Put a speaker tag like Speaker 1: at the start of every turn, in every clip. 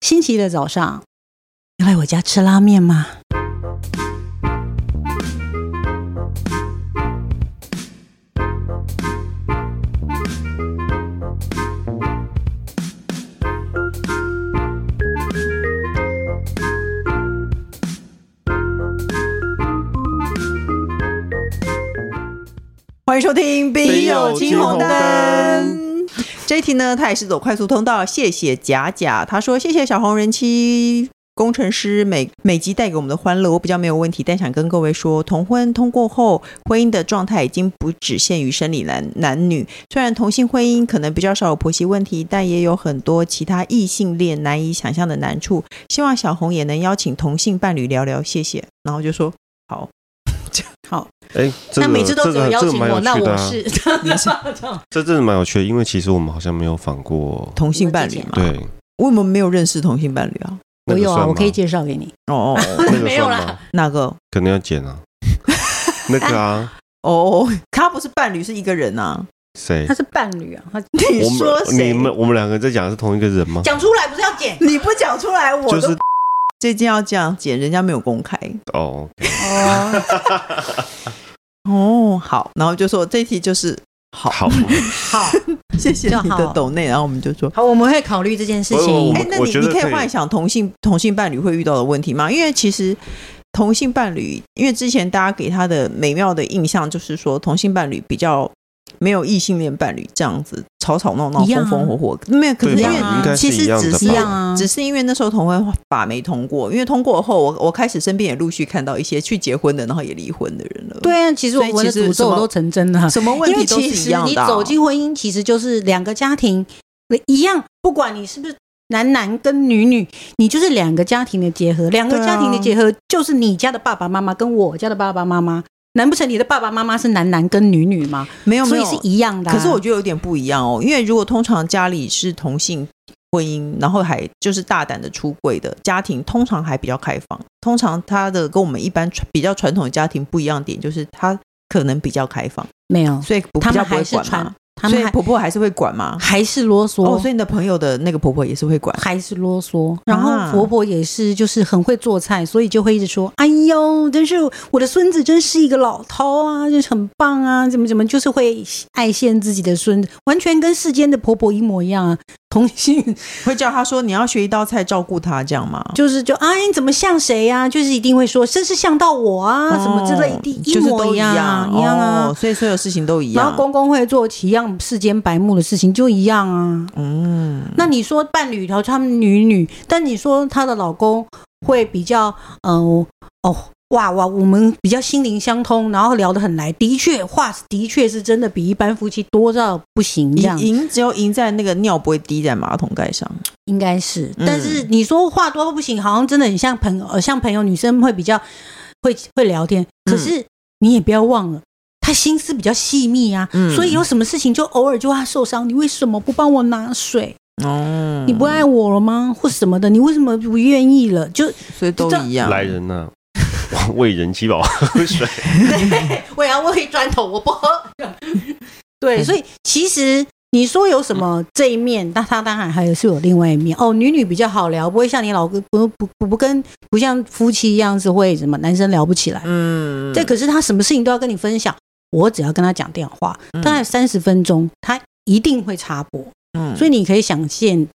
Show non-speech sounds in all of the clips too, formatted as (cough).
Speaker 1: 星期一的早上，要来我家吃拉面吗？
Speaker 2: (laughs)
Speaker 1: 欢迎收听《笔友青红灯》。
Speaker 3: 这一题呢，他也是走快速通道，谢谢贾贾。他说：“谢谢小红人妻工程师每每集带给我们的欢乐，我比较没有问题，但想跟各位说，同婚通过后，婚姻的状态已经不只限于生理男男女。虽然同性婚姻可能比较少有婆媳问题，但也有很多其他异性恋难以想象的难处。希望小红也能邀请同性伴侣聊聊，谢谢。”然后就说：“好，
Speaker 1: 好，
Speaker 4: 哎，这
Speaker 2: 那
Speaker 4: 个
Speaker 2: 每次都
Speaker 4: 这
Speaker 2: 只有
Speaker 4: 个
Speaker 2: 邀
Speaker 4: 这个
Speaker 2: 请
Speaker 4: 蛮
Speaker 2: 我，
Speaker 4: 有
Speaker 2: 那
Speaker 4: 趣的
Speaker 2: 我
Speaker 4: 啊
Speaker 2: 是
Speaker 4: 这真的蛮有趣的，因为其实我们好像没有
Speaker 2: (laughs)
Speaker 4: 访过，
Speaker 3: 同性伴侣
Speaker 2: 我们之
Speaker 3: 嘛，
Speaker 2: 前
Speaker 4: 对，
Speaker 3: 我们没有认识同性伴侣啊。
Speaker 2: 啊我
Speaker 4: 那个
Speaker 2: 有啊，
Speaker 4: 算
Speaker 2: 我可以
Speaker 4: 吗
Speaker 2: 介绍给你。
Speaker 3: 哦哦，哦
Speaker 4: 那个
Speaker 2: (laughs) 没有
Speaker 4: 算
Speaker 2: 啦
Speaker 4: 吗，
Speaker 3: 哪个？
Speaker 4: 可能要剪啊，那
Speaker 2: (laughs)
Speaker 4: 个啊，
Speaker 3: 哦， (laughs) 他不是伴侣，是一个人啊。
Speaker 4: 谁
Speaker 2: 他？是伴侣啊，他
Speaker 3: 你
Speaker 4: (laughs) 我
Speaker 3: 说
Speaker 4: 们
Speaker 3: 谁？
Speaker 4: 你们我们两个在讲的是同一个人吗？
Speaker 2: 讲出来不是要 (laughs) 剪
Speaker 3: 你不讲出来，我
Speaker 4: 就
Speaker 3: 都、
Speaker 4: 是
Speaker 3: (laughs) 这件要这样剪，人家没有公开。
Speaker 4: 哦，
Speaker 2: 哦。
Speaker 3: 哦，好，然后就说这题就是好，
Speaker 4: 好，
Speaker 2: 好
Speaker 3: (laughs) 谢谢你
Speaker 2: 就
Speaker 3: 的
Speaker 2: 好
Speaker 3: 抖内，然后我们就说。
Speaker 2: 好，我们会考虑这件事
Speaker 4: 我
Speaker 2: 情
Speaker 4: 我。
Speaker 3: 哎，那
Speaker 4: 我
Speaker 3: 你
Speaker 4: 觉
Speaker 3: 你
Speaker 4: 得
Speaker 3: 可以
Speaker 4: 可以
Speaker 3: 幻想同性同性伴侣会遇到的问题吗？因为其实同性伴侣，因为之前大家给他的美妙的印象就是说同性伴侣比较没有异性恋伴侣这样子吵吵闹闹、
Speaker 2: 一样
Speaker 3: 风
Speaker 2: 啊
Speaker 3: 风火火，没有。可
Speaker 4: 对
Speaker 3: 是因
Speaker 4: 吧？
Speaker 3: 为
Speaker 2: 啊
Speaker 4: 应该是
Speaker 3: 其实
Speaker 4: 一样的
Speaker 3: 只
Speaker 4: 吧？
Speaker 3: 是
Speaker 2: 一样啊，
Speaker 3: 只是因为那时候同婚法没通过，因为通过后，我我开始身边也陆续看到一些去结婚的，然后也离婚的人了。，
Speaker 2: 对啊，其实我
Speaker 3: 所以
Speaker 2: 我的
Speaker 3: 其实
Speaker 2: 诅
Speaker 3: 什
Speaker 2: 咒
Speaker 3: 么
Speaker 2: 都成真了啊，
Speaker 3: 什么问
Speaker 2: 因
Speaker 3: 题
Speaker 2: 为
Speaker 3: 都
Speaker 2: 其
Speaker 3: 是
Speaker 2: 实
Speaker 3: 一样
Speaker 2: 你
Speaker 3: 的啊、
Speaker 2: 走进婚姻，其实就是两个家庭一样，不管你是不是男男跟女女，你就是两个家庭的结合。两个
Speaker 3: 对啊
Speaker 2: 家庭的结合就是你家的爸爸妈妈跟我家的爸爸妈妈，难不成你的爸爸妈妈是男男跟女女吗？
Speaker 3: 没有
Speaker 2: 所
Speaker 3: 没
Speaker 2: 以
Speaker 3: 有
Speaker 2: 是一样的啊。
Speaker 3: 可是我觉得有点不一样哦，因为如果通常家里是同性婚姻，然后还就是大胆的出柜的家庭，通常还比较开放。通常他的跟我们一般传比较传统的家庭不一样的点，就是他可能比较开放，
Speaker 2: 没有，
Speaker 3: 所以不
Speaker 2: 他
Speaker 3: 比较
Speaker 2: 们
Speaker 3: 不会
Speaker 2: 还是
Speaker 3: 管
Speaker 2: 传
Speaker 3: 嘛。，
Speaker 2: 他
Speaker 3: 所以
Speaker 2: 们还
Speaker 3: 婆婆还是会管嘛。
Speaker 2: 还是啰嗦。
Speaker 3: 哦，所以你的朋友的那个婆婆也是会管。
Speaker 2: 还是啰嗦，然
Speaker 3: 啊
Speaker 2: 后婆婆也是，就是很会做菜，所以就会一直说：“哎呦，真是我的孙子，真是一个老饕啊，就是很棒啊，怎么怎么，就是会爱羡自己的孙子，完全跟世间的婆婆一模一样啊。”同
Speaker 3: (laughs)
Speaker 2: 性
Speaker 3: 会叫他说你要学一道菜照顾他这样吗？
Speaker 2: 就是就哎，你怎么像谁啊？就是一定会说：“真是像到我啊，什么之类，一定
Speaker 3: 哦就是
Speaker 2: 模
Speaker 3: 都
Speaker 2: 一样啊
Speaker 3: 样
Speaker 2: 一样啊
Speaker 3: 哦，。所以所有事情都一”
Speaker 2: 然
Speaker 3: 样。
Speaker 2: 后公公会做起一样世间白目的事情，就一样啊。
Speaker 3: 嗯，
Speaker 2: 那你说伴侣条他们女女，但你说她的老公会比较，嗯、哦，哇哇，我们比较心灵相通，然后聊得很来，的确话的确是真的比一般夫妻多到不行这
Speaker 3: 赢
Speaker 2: 样，
Speaker 3: 赢只有赢在那个尿不会滴在马桶盖上。
Speaker 2: 应该是。
Speaker 3: 嗯
Speaker 2: 但是你说话多到不行，好像真的很像朋友，呃像朋友女生会比较会会聊天，可是你也不要忘了。她心思比较细密啊，
Speaker 3: 嗯
Speaker 2: 所以有什么事情就偶尔就她受伤，你为什么不帮我拿水？
Speaker 3: 哦，
Speaker 2: 你不爱我了吗？或什么的？你为什么不愿意了？就
Speaker 3: 所以都一样。
Speaker 4: 来人呐、为人妻宝喝水，
Speaker 2: (laughs) 我也要喂砖头，我不喝。 (laughs) 对，
Speaker 3: 嗯
Speaker 2: 所以其实你说有什么这一面，那他当然还有是有另外一面哦。女女比较好聊，不会像你老公不不不不跟不像夫妻一样是会什么男生聊不起来。
Speaker 3: 嗯，
Speaker 2: 这可是他什么事情都要跟你分享，我只要跟他讲电话，
Speaker 3: 嗯
Speaker 2: 大概三十分钟，他一定会插播。
Speaker 3: 嗯
Speaker 2: 所以你可以想见，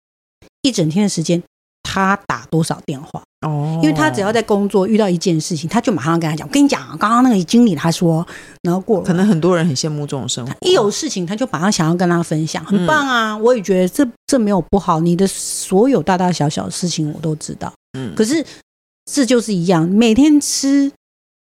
Speaker 2: 一整天的时间，他打多少电话。
Speaker 3: 哦
Speaker 2: 因为他只要在工作遇到一件事情，他就马上跟他讲。我跟你讲啊，刚刚那个经理他说，然后过
Speaker 3: 可
Speaker 2: 了。
Speaker 3: 能很多人很羡慕这种生活，
Speaker 2: 一有事情，他就马上想要跟他分享，很棒啊！我也觉得这这没有不好，你的所有大大小小的事情我都知道。
Speaker 3: 嗯
Speaker 2: 可是这就是一样，每天吃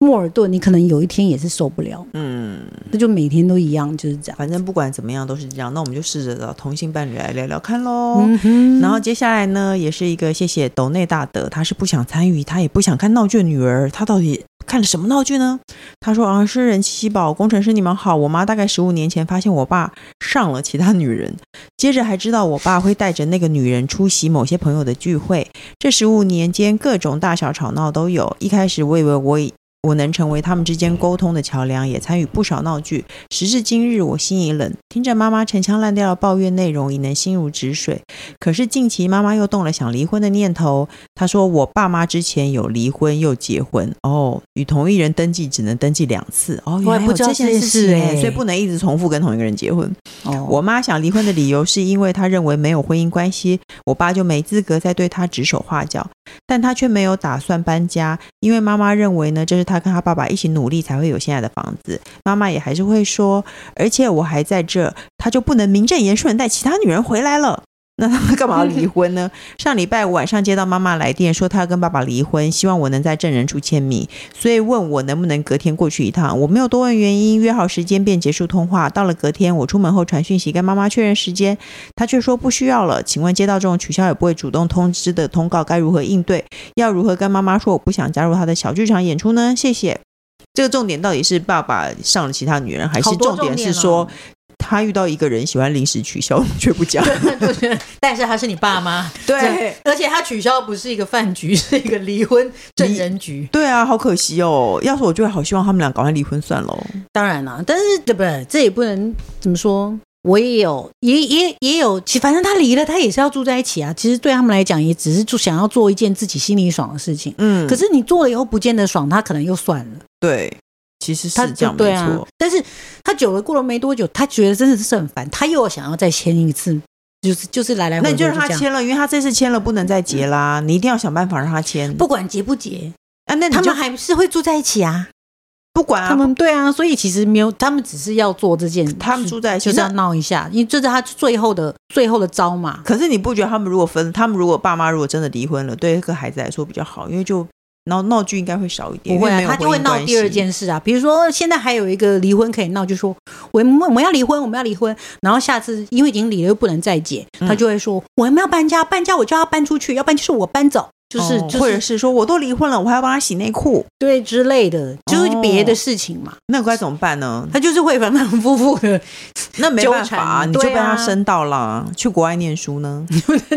Speaker 2: 莫尔顿，你可能有一天也是受不了，
Speaker 3: 嗯，
Speaker 2: 那就每天都一样，就是这样。
Speaker 3: 反正不管怎么样都是这样。那我们就试着找同性伴侣来聊聊看喽。
Speaker 2: 嗯哼
Speaker 3: 然后接下来呢，也是一个谢谢斗内大德，他是不想参与，他也不想看闹剧的女儿，他到底看了什么闹剧呢？他说：“啊，诗人七七宝工程师，你们好，我妈大概十五年前发现我爸上了其他女人，接着还知道我爸会带着那个女人出席某些朋友的聚会。这十五年间，各种大小吵闹都有。一开始我以为我已我能成为他们之间沟通的桥梁，也参与不少闹剧。时至今日，我心已冷，听着妈妈陈腔滥调的抱怨内容，已能心如止水。可是近期妈妈又动了想离婚的念头。她说：“我爸妈之前有离婚又结婚，哦，与同一人登记只能登记两次，哦，
Speaker 1: 我也
Speaker 3: 原来
Speaker 1: 不
Speaker 3: 有
Speaker 1: 知道
Speaker 3: 这件
Speaker 1: 这件
Speaker 3: 事
Speaker 1: 事
Speaker 3: 情欸
Speaker 1: 欸
Speaker 3: 所以不能一直重复跟同一个人结婚。”
Speaker 1: 哦
Speaker 3: 我妈想离婚的理由是因为她认为没有婚姻关系，我爸就没资格再对她指手画脚。但她却没有打算搬家，因为妈妈认为呢，这是她跟她爸爸一起努力才会有现在的房子。妈妈也还是会说，而且我还在这，她就不能名正言顺地带其他女人回来了。 (laughs) 那他们干嘛要离婚呢？上礼拜五晚上接到妈妈来电，说她要跟爸爸离婚，希望我能在证人处签名。所以问我能不能隔天过去一趟。我没有多问原因，约好时间便结束通话。到了隔天，我出门后传讯息跟妈妈确认时间，她却说不需要了。请问接到这种取消也不会主动通知的通告，该如何应对？要如何跟妈妈说我不想加入她的小剧场演出呢？谢谢。这个重点到底是爸爸上了其他女人，还是
Speaker 2: 好多
Speaker 3: 重
Speaker 2: 重点
Speaker 3: 点
Speaker 2: 哦
Speaker 3: 是说他遇到一个人喜欢临时取消却不讲？
Speaker 2: 就是， (laughs) 但是他是你爸 (laughs) 妈，
Speaker 3: 对，
Speaker 2: 而且他取消不是一个饭局，是一个离婚证人局。
Speaker 3: 对啊，好可惜哦。要是我就会好希望他们俩赶快离婚算了。哦
Speaker 2: 当然啦，但是对不对？这也不能怎么说。我也有，也也也有，其反正他离了，他也是要住在一起啊。其实对他们来讲，也只是就想要做一件自己心里爽的事情。
Speaker 3: 嗯，
Speaker 2: 可是你做了以后不见得爽，他可能又算了，
Speaker 3: 对，其实
Speaker 2: 他
Speaker 3: 是这样
Speaker 2: 对
Speaker 3: 没
Speaker 2: 啊
Speaker 3: 错。。
Speaker 2: 但是他久了过了没多久，他觉得真的是很烦，他又想要再签一次，就是就是来来回
Speaker 3: 那
Speaker 2: 回
Speaker 3: 你
Speaker 2: 就
Speaker 3: 就
Speaker 2: 这
Speaker 3: 让他
Speaker 2: 样，
Speaker 3: 签了，因为他这次签了不能再结啦，你一定要想办法让他签。
Speaker 2: 不管结不结，
Speaker 3: 啊，那你
Speaker 2: 他
Speaker 3: 就
Speaker 2: 们还是会住在一起啊。
Speaker 3: 不管啊，
Speaker 2: 他们对啊，所以其实没有，他们只是要做这件事，
Speaker 3: 他们住在一起
Speaker 2: 就是要
Speaker 3: 那
Speaker 2: 闹一下，因为这是他最后的最后的招嘛。
Speaker 3: 可是你不觉得他们如果分，他们如果爸妈如果真的离婚了，对这个孩子来说比较好，因为就闹闹剧应该会少一点，
Speaker 2: 不会、
Speaker 3: 因
Speaker 2: 啊
Speaker 3: 为没，有
Speaker 2: 他就会
Speaker 3: 婚姻
Speaker 2: 闹
Speaker 3: 关
Speaker 2: 第二
Speaker 3: 系。
Speaker 2: 件事啊，比如说现在还有一个离婚可以闹，就说我们我们要离婚，我们要离婚，然后下次因为已经离了又不能再结，
Speaker 3: 嗯
Speaker 2: 他就会说我们要搬家，搬家我就要搬出去，要不然就是我搬走，就是、
Speaker 3: 哦
Speaker 2: 就是
Speaker 3: 或者是说我都离婚了，我还要帮他洗内裤，
Speaker 2: 对之类的，就是
Speaker 3: 哦
Speaker 2: 别的事情嘛，
Speaker 3: 那该怎么办呢？
Speaker 2: 他就是会反反复复的
Speaker 3: 那没办
Speaker 2: (laughs) 纠
Speaker 3: 法、
Speaker 2: 缠
Speaker 3: 你就被
Speaker 2: 对啊
Speaker 3: 他升到啦，去国外念书呢？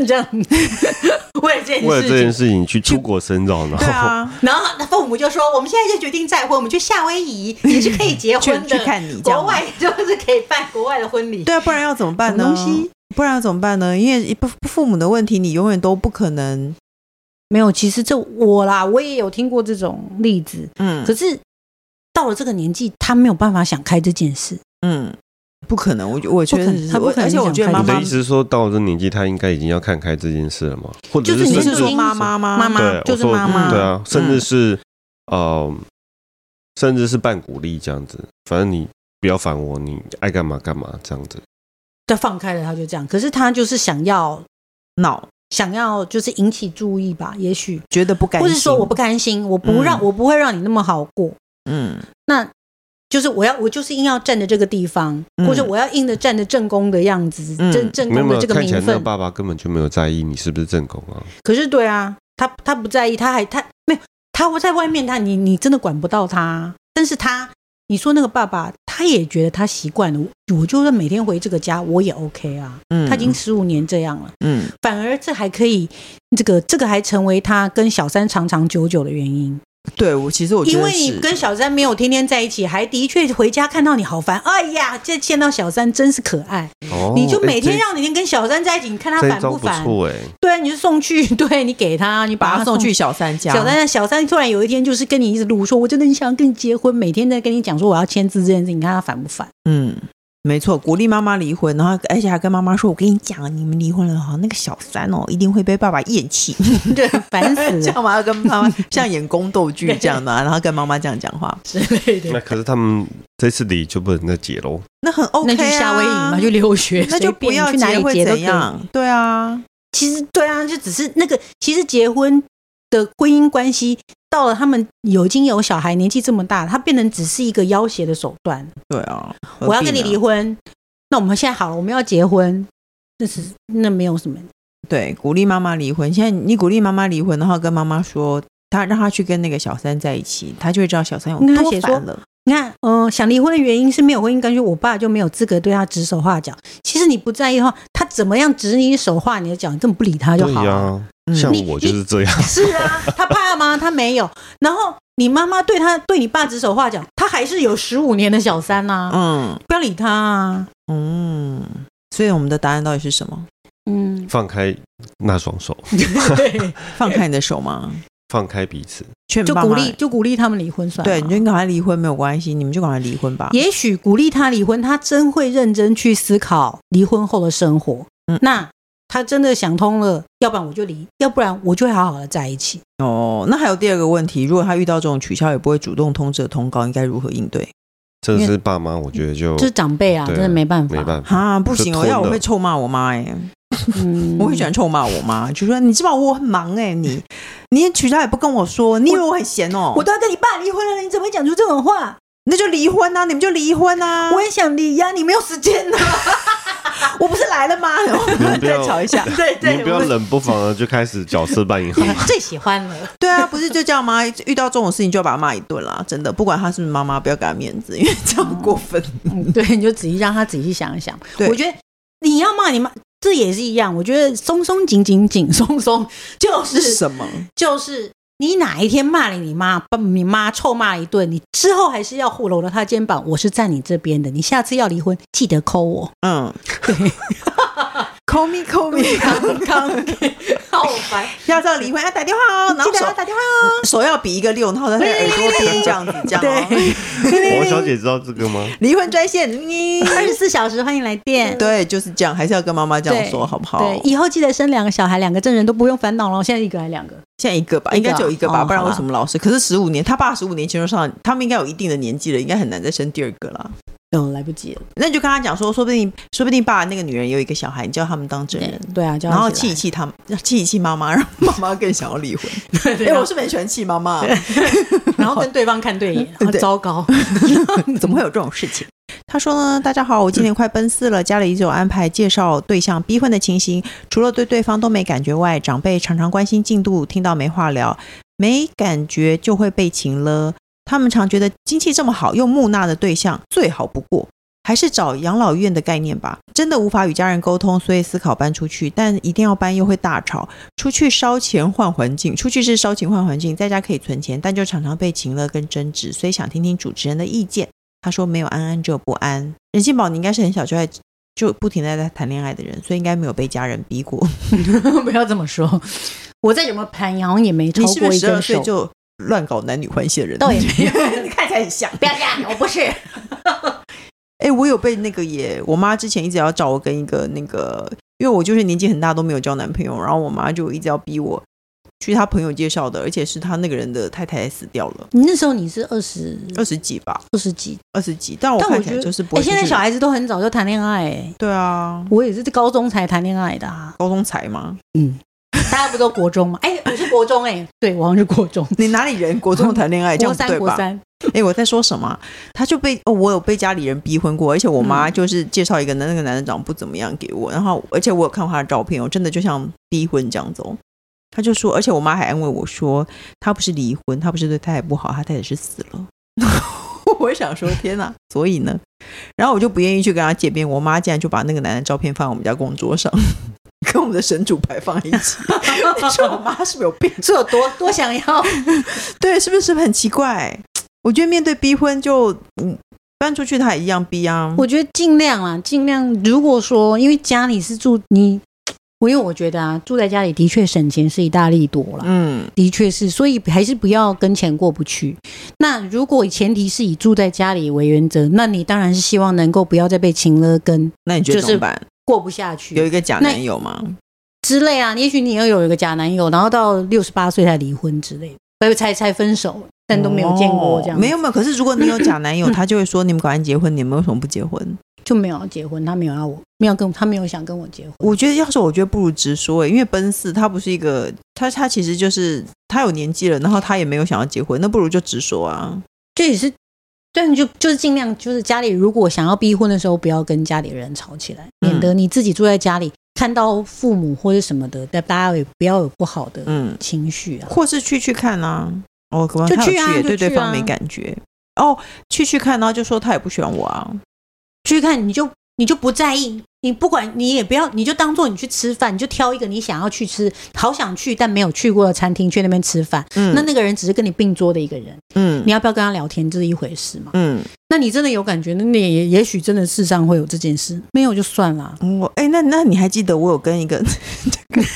Speaker 2: 这样， (laughs) 为了这件
Speaker 4: 为了
Speaker 2: 事
Speaker 4: 这件
Speaker 2: 情。
Speaker 4: 事情去出国深造，然
Speaker 3: 对
Speaker 4: 后
Speaker 3: 啊，
Speaker 2: 然后他父母就说：“我们现在就决定再婚，我们去夏威夷也是可以结 (laughs)
Speaker 3: 去
Speaker 2: 婚的，
Speaker 3: (laughs) 去看你这样
Speaker 2: 国
Speaker 3: 吗
Speaker 2: 外就是可以办国外的婚礼。”
Speaker 3: 对啊，不然要怎么办
Speaker 2: 什
Speaker 3: 呢？
Speaker 2: 么东西
Speaker 3: 不然要怎么办呢？因为不父母的问题，你永远都不可能。
Speaker 2: 没有，其实这我啦，我也有听过这种例子。
Speaker 3: 嗯
Speaker 2: 可是到了这个年纪，他没有办法想开这件事。
Speaker 3: 嗯，不可能，我觉我觉
Speaker 2: 不
Speaker 3: 得
Speaker 2: 可能
Speaker 3: 是
Speaker 2: 他不
Speaker 3: 我
Speaker 2: 可能
Speaker 3: 而且我
Speaker 2: 想
Speaker 3: 觉得
Speaker 2: 开
Speaker 3: 妈
Speaker 2: 这
Speaker 4: (laughs) 你的
Speaker 3: 妈
Speaker 4: 意思是说，到了这年纪，他应该已经要看开这件事了吗？或者
Speaker 2: 就是
Speaker 4: 甚
Speaker 2: 你
Speaker 4: 至
Speaker 3: 是说
Speaker 2: 已经
Speaker 3: 妈妈吗？
Speaker 2: 妈妈
Speaker 4: 对，
Speaker 2: 就是
Speaker 4: 我说
Speaker 2: 妈妈
Speaker 3: 对
Speaker 4: 对
Speaker 3: 啊
Speaker 4: 啊，甚至是呃，甚至是半鼓励这样子，反正你不要烦我，你爱干嘛干嘛这样子。
Speaker 2: 他放开了，他就这样。可是他就是想要
Speaker 3: 闹，
Speaker 2: 想要就是引起注意吧，也许，
Speaker 3: 觉得不甘
Speaker 2: 或
Speaker 3: 心，
Speaker 2: 者说我不甘心，我不让、
Speaker 3: 嗯
Speaker 2: 我不会让你那么好过。
Speaker 3: 嗯
Speaker 2: 那就是我要我就是硬要站着这个地方，
Speaker 3: 嗯
Speaker 2: 或者我要硬的站着正宫的样子，
Speaker 3: 嗯
Speaker 2: 正正
Speaker 4: 没有
Speaker 2: 宫的
Speaker 4: 没有，
Speaker 2: 这个
Speaker 4: 看起来
Speaker 2: 名
Speaker 4: 那个
Speaker 2: 分。
Speaker 4: 爸爸根本就没有在意你是不是正宫啊。
Speaker 2: 可是对啊，他他不在意，他还他没有他会在外面他你你真的管不到他，啊但是他你说那个爸爸他也觉得他习惯了，我我就算每天回这个家我也 OK 啊，
Speaker 3: 嗯
Speaker 2: 他已经十五年这样了，
Speaker 3: 嗯
Speaker 2: 反而这还可以这个这个还成为他跟小三长长久久的原因，
Speaker 3: 对我其实我觉
Speaker 2: 因
Speaker 3: 得
Speaker 2: 为你
Speaker 3: 是
Speaker 2: 跟小三没有天天在一起，还的确回家看到你好烦，哎呀，这见到小三真是可爱，
Speaker 4: 哦，
Speaker 2: 你就
Speaker 4: 哎
Speaker 2: 每天
Speaker 4: 这
Speaker 2: 让你跟小三在一起，你看他
Speaker 4: 这
Speaker 2: 烦
Speaker 4: 一招不
Speaker 2: 烦？
Speaker 4: 错哎、
Speaker 2: 对，你就送去， (laughs) 对你给他，你
Speaker 3: 把
Speaker 2: 把
Speaker 3: 他
Speaker 2: 他
Speaker 3: 送
Speaker 2: 送
Speaker 3: 去。小三家，
Speaker 2: 小三，小三突然有一天就是跟你一直撸，说我真的很想跟你结婚，每天在跟你讲说我要签字这件事情，你看他烦不烦？
Speaker 3: 嗯。没错，鼓励妈妈离婚，
Speaker 2: 嗯
Speaker 3: 然后而且还跟妈妈说：“我跟你讲，你们离婚了哈，那个小三哦，一定会被爸爸厌弃。
Speaker 2: 对， (laughs) 烦死
Speaker 3: (laughs) 这
Speaker 2: 了
Speaker 3: 样嘛，要跟妈妈像演宫
Speaker 2: (laughs)
Speaker 3: 斗剧这样的啊、然后跟妈妈这样讲话，
Speaker 2: 之类的。
Speaker 4: 那可是他们这次离就不能再结喽。
Speaker 3: 那很 OK
Speaker 2: 那
Speaker 3: 啊。
Speaker 2: 去夏威夷嘛，就留学，
Speaker 3: 那就
Speaker 2: 随便
Speaker 3: 不要
Speaker 2: 去哪
Speaker 3: 结
Speaker 2: 里
Speaker 3: 会
Speaker 2: 结都
Speaker 3: 怎
Speaker 2: 可以。
Speaker 3: 样？对啊，
Speaker 2: 其实对啊，就只是那个，其实结婚的婚姻关系到了他们有已经有小孩，年纪这么大，它变成只是一个要挟的手段。
Speaker 3: 对啊，
Speaker 2: 我要跟你离
Speaker 3: 婚。
Speaker 2: 婚，那我们现在好了，我们要结婚，那是那没有什么。
Speaker 3: 对，鼓励妈妈离婚。现在你鼓励妈妈离婚，然后跟妈妈说，她让她去跟那个小三在一起，她就会知道小三有
Speaker 2: 你看她
Speaker 3: 多
Speaker 2: 写说
Speaker 3: 烦了。
Speaker 2: 你看，嗯、想离婚的原因是没有婚姻关系，我爸就没有资格对他指手画脚。其实你不在意的话，他怎么样指你手画你的脚，你根本不理他就
Speaker 4: 对
Speaker 2: 好
Speaker 4: 呀、
Speaker 2: 了。
Speaker 3: 嗯
Speaker 4: 像
Speaker 2: 你
Speaker 4: 我就是这样。
Speaker 2: 是啊，他怕吗？他没有。然后你妈妈对他对你爸指手画脚，他还是有十五年的小三呐、
Speaker 3: 嗯
Speaker 2: 不要理他啊。
Speaker 3: 嗯，所以我们的答案到底是什么？
Speaker 2: 嗯，
Speaker 4: 放开那双手，
Speaker 2: 对，
Speaker 3: 放开你的手吗？
Speaker 4: 放开彼此。
Speaker 2: (laughs)
Speaker 3: 劝
Speaker 2: 就
Speaker 3: 爸
Speaker 2: 鼓
Speaker 3: 妈
Speaker 2: 励就鼓励他们离婚算了。
Speaker 3: 对，你就赶快离婚没有关系，你们就赶快离婚吧。
Speaker 2: 也许鼓励他离婚，他真会认真去思考离婚后的生活。
Speaker 3: 嗯
Speaker 2: 那他真的想通了，要不然我就离，要不然我就会好好的在一起。
Speaker 3: 哦，那还有第二个问题，如果他遇到这种取消也不会主动通知的通告，应该如何应对？
Speaker 4: 这是爸妈，我觉得就
Speaker 2: 就是长辈啊，
Speaker 4: 对
Speaker 2: 真的没办法。
Speaker 4: 没办法。
Speaker 3: 哈，不行哦，
Speaker 4: 是吞
Speaker 3: 要我
Speaker 4: 的
Speaker 3: 会臭骂我妈哎、
Speaker 2: 嗯
Speaker 3: 我会喜欢臭骂我妈，就说你知不知道我很忙哎、你你也取消也不跟我说，你以为我很闲哦、
Speaker 2: 我都要跟你爸离婚了，你怎么会讲出这种话？
Speaker 3: 那就离婚啊，你们就离婚啊，
Speaker 2: 我也想离呀、你没有时间 (laughs) 呐、
Speaker 3: 我不是来
Speaker 4: (laughs)
Speaker 3: 了吗？
Speaker 4: 你们不
Speaker 3: 再
Speaker 4: 要
Speaker 3: 吵一下，对
Speaker 4: 你们不要
Speaker 3: 我们
Speaker 4: 冷不防的就开始角色扮演。
Speaker 2: 最喜欢了。
Speaker 3: 对啊，不是就这样吗？遇到这种事情就要把他骂一顿啦，真的，不管他是不是妈妈，不要给他面子，因为这样过分。
Speaker 2: 嗯，对，你就仔细让他仔细想一想。
Speaker 3: 对
Speaker 2: 我觉得你要骂你骂，这也是一样。我觉得松松紧紧紧松松，就是
Speaker 3: 是什么？
Speaker 2: 就是你哪一天骂了你妈，把你妈臭骂一顿，你之后还是要互搂到她肩膀，我是站你这边的。你下次要离婚，记得扣我。
Speaker 3: (laughs) 嗯，对，call me call me，
Speaker 2: 康， (laughs) 好烦。
Speaker 3: 要到离婚要打电话哦，然
Speaker 2: 记
Speaker 3: 后
Speaker 2: 得
Speaker 3: 手
Speaker 2: 要打电话哦。
Speaker 3: 手要比一个六，然后在他的耳朵边这样子，这样哦。
Speaker 4: 王小姐知道这个吗？
Speaker 3: 离婚专线，嗯
Speaker 2: 二十四小时欢迎来电。
Speaker 3: 对，就是这样，还是要跟妈妈这样说，好不好？
Speaker 2: 对，以后记得生两个小孩，两个证人都不用烦恼了。现在一个还两个，
Speaker 3: 现在一个吧，
Speaker 2: 一
Speaker 3: 应
Speaker 2: 个啊
Speaker 3: 该只有一个吧，
Speaker 2: 哦
Speaker 3: 不然
Speaker 2: 好
Speaker 3: 为
Speaker 2: 吧
Speaker 3: 什么老是？可是十五年，他爸十五年前就上，他们应该有一定的年纪了，应该很难再生第二个啦。
Speaker 2: 嗯，来不及了。
Speaker 3: 那你就跟他讲说，说不定，说不定爸那个女人也有一个小孩，你叫他们当证
Speaker 2: 对
Speaker 3: 人，
Speaker 2: 对啊，就要
Speaker 3: 然后
Speaker 2: 起
Speaker 3: 气
Speaker 2: 来
Speaker 3: 一。气他们，气一气妈妈，让妈妈更想要离婚。
Speaker 2: 对对
Speaker 3: 哎，我
Speaker 2: 对，
Speaker 3: 是不是很喜欢气妈妈，啊
Speaker 2: 然后跟对方看 (laughs) 对眼，然后
Speaker 3: 对
Speaker 2: 糟糕。
Speaker 3: (laughs) 怎么会有这种事情？他说呢，大家好，我今年快奔四了，家里一直有安排介绍对象逼婚的情形，除了对对方都没感觉外，长辈常常关心进度，听到没话聊，没感觉就会被擒了。他们常觉得经济这么好又木讷的对象最好不过，还是找养老院的概念吧。真的无法与家人沟通，所以思考搬出去，但一定要搬又会大吵。出去烧钱换环境，出去是烧钱换环境，在家可以存钱，但就常常被情勒跟争执，所以想听听主持人的意见。他说没有安安只有不安。任信宝，你应该是很小就在就不停的在谈恋爱的人，所以应该没有被家人
Speaker 2: (laughs)
Speaker 3: 逼过。
Speaker 2: 不要这么说。我再怎么攀，好像也没超
Speaker 3: 你是不
Speaker 2: 过
Speaker 3: 是
Speaker 2: 一
Speaker 3: 十二
Speaker 2: 根
Speaker 3: 岁
Speaker 2: 手。
Speaker 3: 就乱搞男女关系的人？
Speaker 2: 倒也没
Speaker 3: 有，你 (laughs) 看起来很像。
Speaker 2: 不要这样，我不是。
Speaker 3: 哎、我有被那个耶，我妈之前一直要找我跟一个那个，因为我就是年纪很大都没有交男朋友，然后我妈就一直要逼我去她朋友介绍的，而且是她那个人的太太死掉了，
Speaker 2: 你那时候你是二十
Speaker 3: 二十几吧，
Speaker 2: 二十几，
Speaker 3: 二十几，但我
Speaker 2: 但我
Speaker 3: 看起
Speaker 2: 觉
Speaker 3: 来
Speaker 2: 得
Speaker 3: 就是不
Speaker 2: 哎、
Speaker 3: 会出去、
Speaker 2: 现在小孩子都很早就谈恋爱、哎
Speaker 3: 对啊，
Speaker 2: 我也是高中才谈恋爱的啊。
Speaker 3: 高中才嘛，
Speaker 2: 嗯，大家不都国中吗？哎、我是国中、哎，对，我好像是国中，
Speaker 3: 你哪里人？国中谈恋爱
Speaker 2: (laughs)
Speaker 3: 这
Speaker 2: 国
Speaker 3: 样不
Speaker 2: 三，
Speaker 3: 对
Speaker 2: 国
Speaker 3: 吧？
Speaker 2: 三。
Speaker 3: 哎、我在说什么啊？他就被、哦、我有被家里人逼婚过，而且我妈就是介绍一个男，那个男的长得不怎么样给我，然后而且我有看过他的照片，我真的就像逼婚这样子哦。他就说，而且我妈还安慰我说，他不是离婚，他不是对太太不好，他太太是死了。 (laughs) 我也想说，天哪！所以呢，然后我就不愿意去跟他结边，我妈竟然就把那个男的照片放在我们家供桌上， (laughs) 跟我们的神主牌放在一起。 (laughs) 我说我妈是不是有病？ (laughs)
Speaker 2: 是有多多想要？
Speaker 3: 对，是不是是不是很奇怪？我觉得面对逼婚就，嗯，搬出去他也一样逼
Speaker 2: (laughs)
Speaker 3: 啊。
Speaker 2: 我觉得尽量啊，尽量。如果说因为家里是住你，我因为我觉得啊，住在家里的确省钱是一大利多啦。
Speaker 3: 嗯，
Speaker 2: 的确是，所以还是不要跟钱过不去。那如果前提是以住在家里为原则，那你当然是希望能够不要再被情勒跟
Speaker 3: 那你觉
Speaker 2: 就
Speaker 3: 得怎
Speaker 2: 是嗯
Speaker 3: 么办？
Speaker 2: 过不下
Speaker 3: 有
Speaker 2: 去
Speaker 3: 一个假男友吗？
Speaker 2: 之类啊。也许你要有一个假男友，然后到六十八岁才离婚之类的，不是才才分手，但都没有见过这样嗯
Speaker 3: 嗯哦，没有没有。可是如果你有假男友，他就会说你们赶快结婚，你们为什么不结婚？
Speaker 2: 就没有要结婚，他没有要我，没有跟他没有想跟我结婚。
Speaker 3: 我觉得要是我觉得不如直说、欸，因为奔四他不是一个他他其实就是他有年纪了，然后他也没有想要结婚，那不如就直说啊。
Speaker 2: 这也是，但就就是尽量就是家里如果想要逼婚的时候，不要跟家里人吵起来，
Speaker 3: 嗯
Speaker 2: 免得你自己住在家里看到父母或者什么的，但大家也不要有不好的
Speaker 3: 嗯，
Speaker 2: 情绪啊。
Speaker 3: 或是去去看啊。哦，可能
Speaker 2: 就
Speaker 3: 他有
Speaker 2: 去啊
Speaker 3: 去耶
Speaker 2: 就
Speaker 3: 对对
Speaker 2: 去
Speaker 3: 方
Speaker 2: 啊
Speaker 3: 没感觉。哦，去去看，然后就说他也不喜欢我啊。
Speaker 2: 去看你就你就不在意，你不管你也不要，你就当做你去吃饭，你就挑一个你想要去吃、好想去但没有去过的餐厅去那边吃饭。
Speaker 3: 嗯
Speaker 2: 那那个人只是跟你并桌的一个人，
Speaker 3: 嗯
Speaker 2: 你要不要跟他聊天，这是一回事嘛？
Speaker 3: 嗯，
Speaker 2: 那你真的有感觉，那你也也许真的世上会有这件事，没有就算了。啊
Speaker 3: 我哎、那那你还记得我有跟一个 (laughs) 这个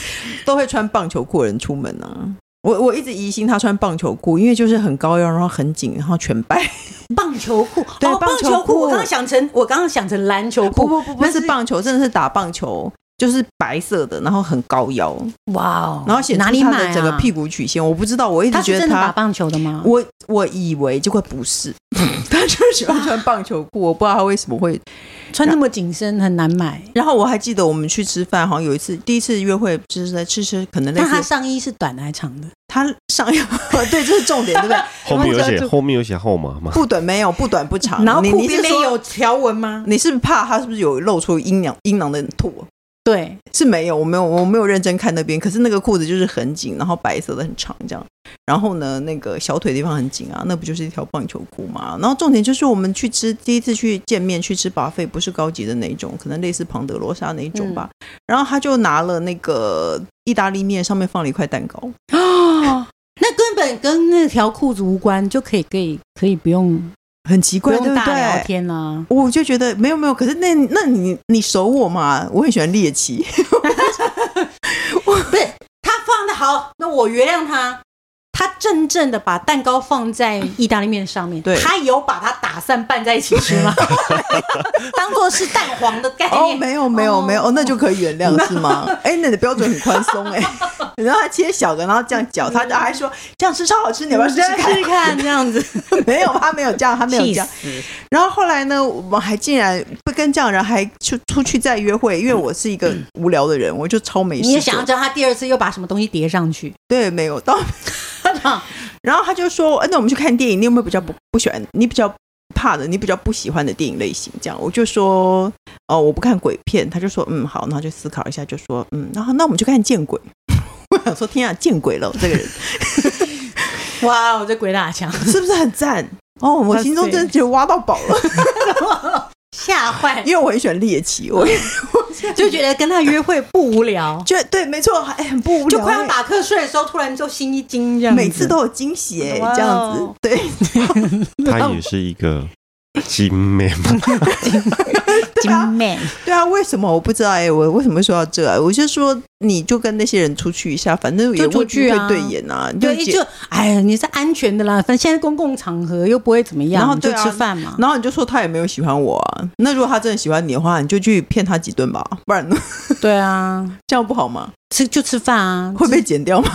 Speaker 3: 都会穿棒球裤的人出门呢、啊？我我一直疑心他穿棒球裤，因为就是很高腰，然后很紧，然后全白。
Speaker 2: 棒球裤，
Speaker 3: 对
Speaker 2: 哦，
Speaker 3: 棒
Speaker 2: 棒
Speaker 3: 球
Speaker 2: 球
Speaker 3: 裤
Speaker 2: 裤，我刚刚想成，我刚刚想成篮球裤，
Speaker 3: 不不
Speaker 2: 那
Speaker 3: 是
Speaker 2: 是
Speaker 3: 棒球，真的是打棒球，就是白色的，然后很高腰，
Speaker 2: 哇哦，
Speaker 3: 然后显出
Speaker 2: 哪里
Speaker 3: 他
Speaker 2: 买
Speaker 3: 的
Speaker 2: 啊？
Speaker 3: 整个屁股曲线，我不知道，我一直
Speaker 2: 他
Speaker 3: 觉
Speaker 2: 是
Speaker 3: 得
Speaker 2: 真的打
Speaker 3: 他，
Speaker 2: 棒球的吗？
Speaker 3: 我我以为结果不是， (laughs) 他就是喜欢穿棒球裤，我不知道他为什么会。
Speaker 2: 穿那么紧身很难买。
Speaker 3: 然后我还记得我们去吃饭，好像有一次第一次约会，就是在吃吃，可能类
Speaker 2: 那他
Speaker 3: 似
Speaker 2: 上衣是短的还长的？
Speaker 3: 他上 (laughs) 对，这是重点，对不对？
Speaker 4: 后面有
Speaker 3: 我们
Speaker 4: 写
Speaker 3: 就
Speaker 4: 后面有写号码
Speaker 3: (laughs)
Speaker 4: 吗？
Speaker 3: 不短没有，不短不长，你你是说。
Speaker 2: 条纹吗？
Speaker 3: 你是不是怕他是不是有露出阴囊阴囊的拓？
Speaker 2: 对，
Speaker 3: 是没有，我没有，我没有认真看那边。可是那个裤子就是很紧，然后白色的很长这样。然后呢，那个小腿地方很紧啊，那不就是一条棒球裤嘛？然后重点就是我们去吃第一次去见面去吃巴菲，不是高级的那一种，可能类似庞德罗莎那一种吧。然后他就拿了那个意大利面，上面放了一块蛋糕。
Speaker 2: 哦， (gasps) 那根本跟那条裤子无关，就可以可以可以不用
Speaker 3: 很奇
Speaker 2: 不
Speaker 3: 怪，对
Speaker 2: 用哦
Speaker 3: 不
Speaker 2: 大聊
Speaker 3: 对？
Speaker 2: 天啊啦。
Speaker 3: 我就觉得没有没有，可是那那你你熟我嘛？我很喜欢猎奇，
Speaker 2: 不是他放的好，那我原谅他。他真正的把蛋糕放在意大利面上面，
Speaker 3: 对
Speaker 2: 他有把它打散拌在一起吃吗？ (laughs)
Speaker 3: (laughs)
Speaker 2: 当做是蛋黄的概
Speaker 3: 哦，
Speaker 2: 念，
Speaker 3: (laughs) 没有没有没有，哦，那就可以原谅是
Speaker 2: (laughs)
Speaker 3: 吗？哎、那你的标准很宽松哎。然后他切小的，然后这样
Speaker 2: 嗯
Speaker 3: 搅，他还说这样吃超好吃，你要不要试试看？
Speaker 2: 试试看这样子，
Speaker 3: 没有，他没有这样， (laughs) 他没有这样。
Speaker 2: 气死
Speaker 3: 然后后来呢，我们还竟然不跟这样人还出出去再约会，因为我是一个无聊的人，我就超没事做。
Speaker 2: 你也想要知道他第二次又把什么东西叠上
Speaker 3: (laughs)
Speaker 2: 去？
Speaker 3: 对，没有到。然后他就说，哎那我们去看电影，你有没有比较不不喜欢？你比较怕的，你比较不喜欢的电影类型？这样，我就说，哦，我不看鬼片。他就说，嗯，好，然后就思考一下，就说，嗯，然后那我们去看《见鬼》。我想说，天啊，见鬼了！我这个
Speaker 2: (laughs)
Speaker 3: 人
Speaker 2: 哇，我这鬼打墙，
Speaker 3: 是不是很赞？哦，我心中真的觉得挖到宝了，
Speaker 2: 吓坏，
Speaker 3: 因为我很喜欢猎奇，我
Speaker 2: 就觉得跟他约会不无聊，
Speaker 3: 觉得对，没错，哎，很不无
Speaker 2: 就
Speaker 3: 聊，
Speaker 2: 快要
Speaker 3: 哎
Speaker 2: 打瞌睡的时候，突然就心一惊这样子，
Speaker 3: 每次都有惊喜哎，
Speaker 2: 哇哦
Speaker 3: 这样子，对，
Speaker 4: 他也是一个金妹嘛，
Speaker 3: 对啊，
Speaker 2: 妹，
Speaker 3: 对啊，为什么我不知道？哎，我为什么会说到这、啊？我就说，你就跟那些人出去一下，反正也
Speaker 2: 就出
Speaker 3: 未必
Speaker 2: 去
Speaker 3: 会
Speaker 2: 啊
Speaker 3: 对眼啊。你
Speaker 2: 对，
Speaker 3: 解
Speaker 2: 就哎呀，你是安全的啦，反正现在公共场合又不会怎么样，
Speaker 3: 然后
Speaker 2: 你就
Speaker 3: 对啊
Speaker 2: 吃饭嘛。
Speaker 3: 然后你就说他也没有喜欢我啊。那如果他真的喜欢你的话，你就去骗他几顿吧，不然 (laughs) 呢
Speaker 2: 对啊，
Speaker 3: 这样不好吗？
Speaker 2: 吃就吃饭啊，
Speaker 3: 会被剪掉吗？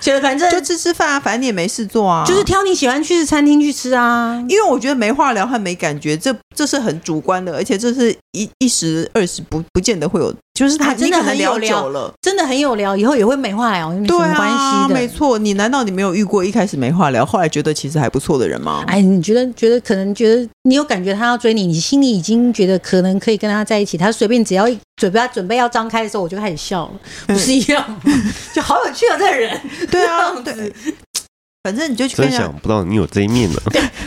Speaker 2: 觉得反正
Speaker 3: 就吃吃饭啊，反正你也没事做啊。
Speaker 2: 就是挑你喜欢去的餐厅去吃啊。
Speaker 3: 因为我觉得没话聊和没感觉，这这是很主观的，而且这是一一时二时不不见得会有，就是他、
Speaker 2: 啊真
Speaker 3: 你
Speaker 2: 的
Speaker 3: 可能
Speaker 2: 很有
Speaker 3: 聊
Speaker 2: 聊
Speaker 3: 久了，
Speaker 2: 真的很有聊，以后也会美化聊，没什
Speaker 3: 对
Speaker 2: 么
Speaker 3: 啊，
Speaker 2: 关系的。
Speaker 3: 没错。你难道你没有遇过一开始没话聊，后来觉得其实还不错的人吗？
Speaker 2: 哎，你觉得觉得可能觉得你有感觉他要追你，你心里已经觉得可能可以跟他在一起，他随便只要一嘴巴准备要张开的时候，我就开始笑了，不是一样吗？ (laughs) 就好有趣啊，这个人。
Speaker 3: 对啊
Speaker 2: 这，样
Speaker 3: 对
Speaker 2: 子，
Speaker 3: 反正你就去跟
Speaker 4: 真
Speaker 3: 人家
Speaker 4: 想不到你有这一面呢。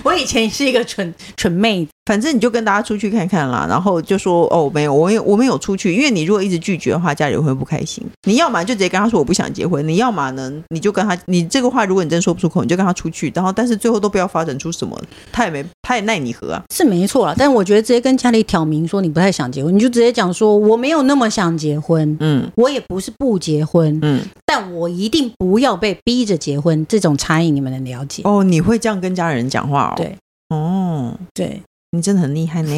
Speaker 2: 我以前是一个蠢蠢妹子，
Speaker 3: 反正你就跟大家出去看看啦，然后就说哦，没有，我有我们有出去，因为你如果一直拒绝的话，家里会不开心。你要么就直接跟他说我不想结婚，你要么呢，你就跟他，你这个话如果你真说不出口，你就跟他出去，然后但是最后都不要发展出什么，他也没他也奈你何啊。
Speaker 2: 是没错啦，但我觉得直接跟家里挑明说你不太想结婚，你就直接讲说我没有那么想结婚，
Speaker 3: 嗯
Speaker 2: 我也不是不结婚，
Speaker 3: 嗯，
Speaker 2: 但我一定不要被逼着结婚，这种差异你们能了解？
Speaker 3: 哦，你会这样跟家人讲话哦？
Speaker 2: 对，
Speaker 3: 哦，
Speaker 2: 对，
Speaker 3: 你真的很厉害 (laughs) 呢。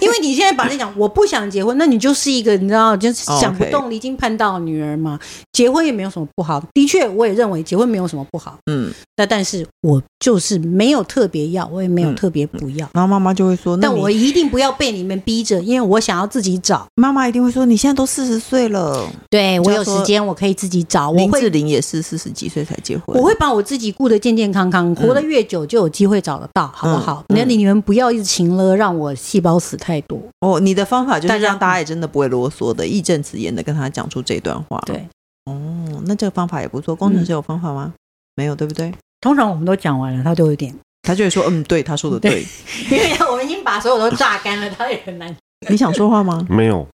Speaker 2: 因为你现在把那讲我不想结婚，那你就是一个你知道就是
Speaker 3: 哦
Speaker 2: 想不
Speaker 3: OK
Speaker 2: 动离经叛道的女儿嘛。结婚也没有什么不好，的确我也认为结婚没有什么不好，
Speaker 3: 嗯，
Speaker 2: 那但是我就是没有特别要，我也没有
Speaker 3: 嗯
Speaker 2: 特别不要。
Speaker 3: 然后妈妈就会说，那
Speaker 2: 但
Speaker 3: 你
Speaker 2: 我一定不要被你们逼着，因为我想要自己找。
Speaker 3: 妈妈一定会说，你现在都四十岁了，
Speaker 2: 对
Speaker 3: 就
Speaker 2: 我有
Speaker 3: 说
Speaker 2: 时间，我可以自己找。我
Speaker 3: 林志
Speaker 2: 会，
Speaker 3: 玲也是四十几岁才结婚，
Speaker 2: 我会把我自己顾得健健康康，活得越久就有机会找得到，好不好？
Speaker 3: 嗯
Speaker 2: 那、你们不要一直情了，让我细胞死太多。
Speaker 3: 哦，你的方法就是
Speaker 2: 大家嗯
Speaker 3: 让大家也真的不会啰嗦的，义正辞严的跟他讲出这段话。，
Speaker 2: 对，嗯
Speaker 3: 哦，那这个方法也不错。工程师有方法吗？没有，对不对？
Speaker 2: 通常我们都讲完了，他就有点
Speaker 3: 他就会说，嗯，对，他说的对。
Speaker 2: (laughs) 因为我们已经把所有都榨干了，他也很难。
Speaker 3: (laughs) 你想说话吗？
Speaker 4: 没有，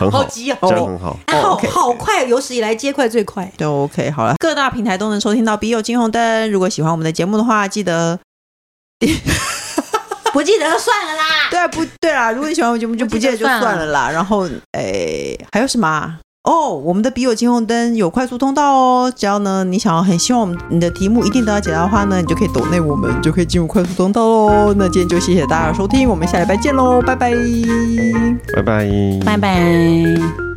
Speaker 4: 很好
Speaker 2: 好急哦，
Speaker 4: 这样很好。
Speaker 2: 哎好
Speaker 3: OK
Speaker 2: 好快，有史以来接快最快。
Speaker 3: 都 OK，好了，各大平台都能收听到《笔友金红灯》。如果喜欢我们的节目的话，记得
Speaker 2: 不记得就算了啦。
Speaker 3: 对啊，不对啦，如果你喜欢我们节目，就不记得就算了啦。然后，诶，还有什么、啊？哦，我们的笔友金红灯有快速通道哦。只要呢，你想要很希望我们你的题目一定得到解答的话呢，你就可以抖内我们，就可以进入快速通道喽。那今天就谢谢大家的收听，我们下礼拜见喽，拜拜。
Speaker 4: 拜拜，
Speaker 2: 拜拜。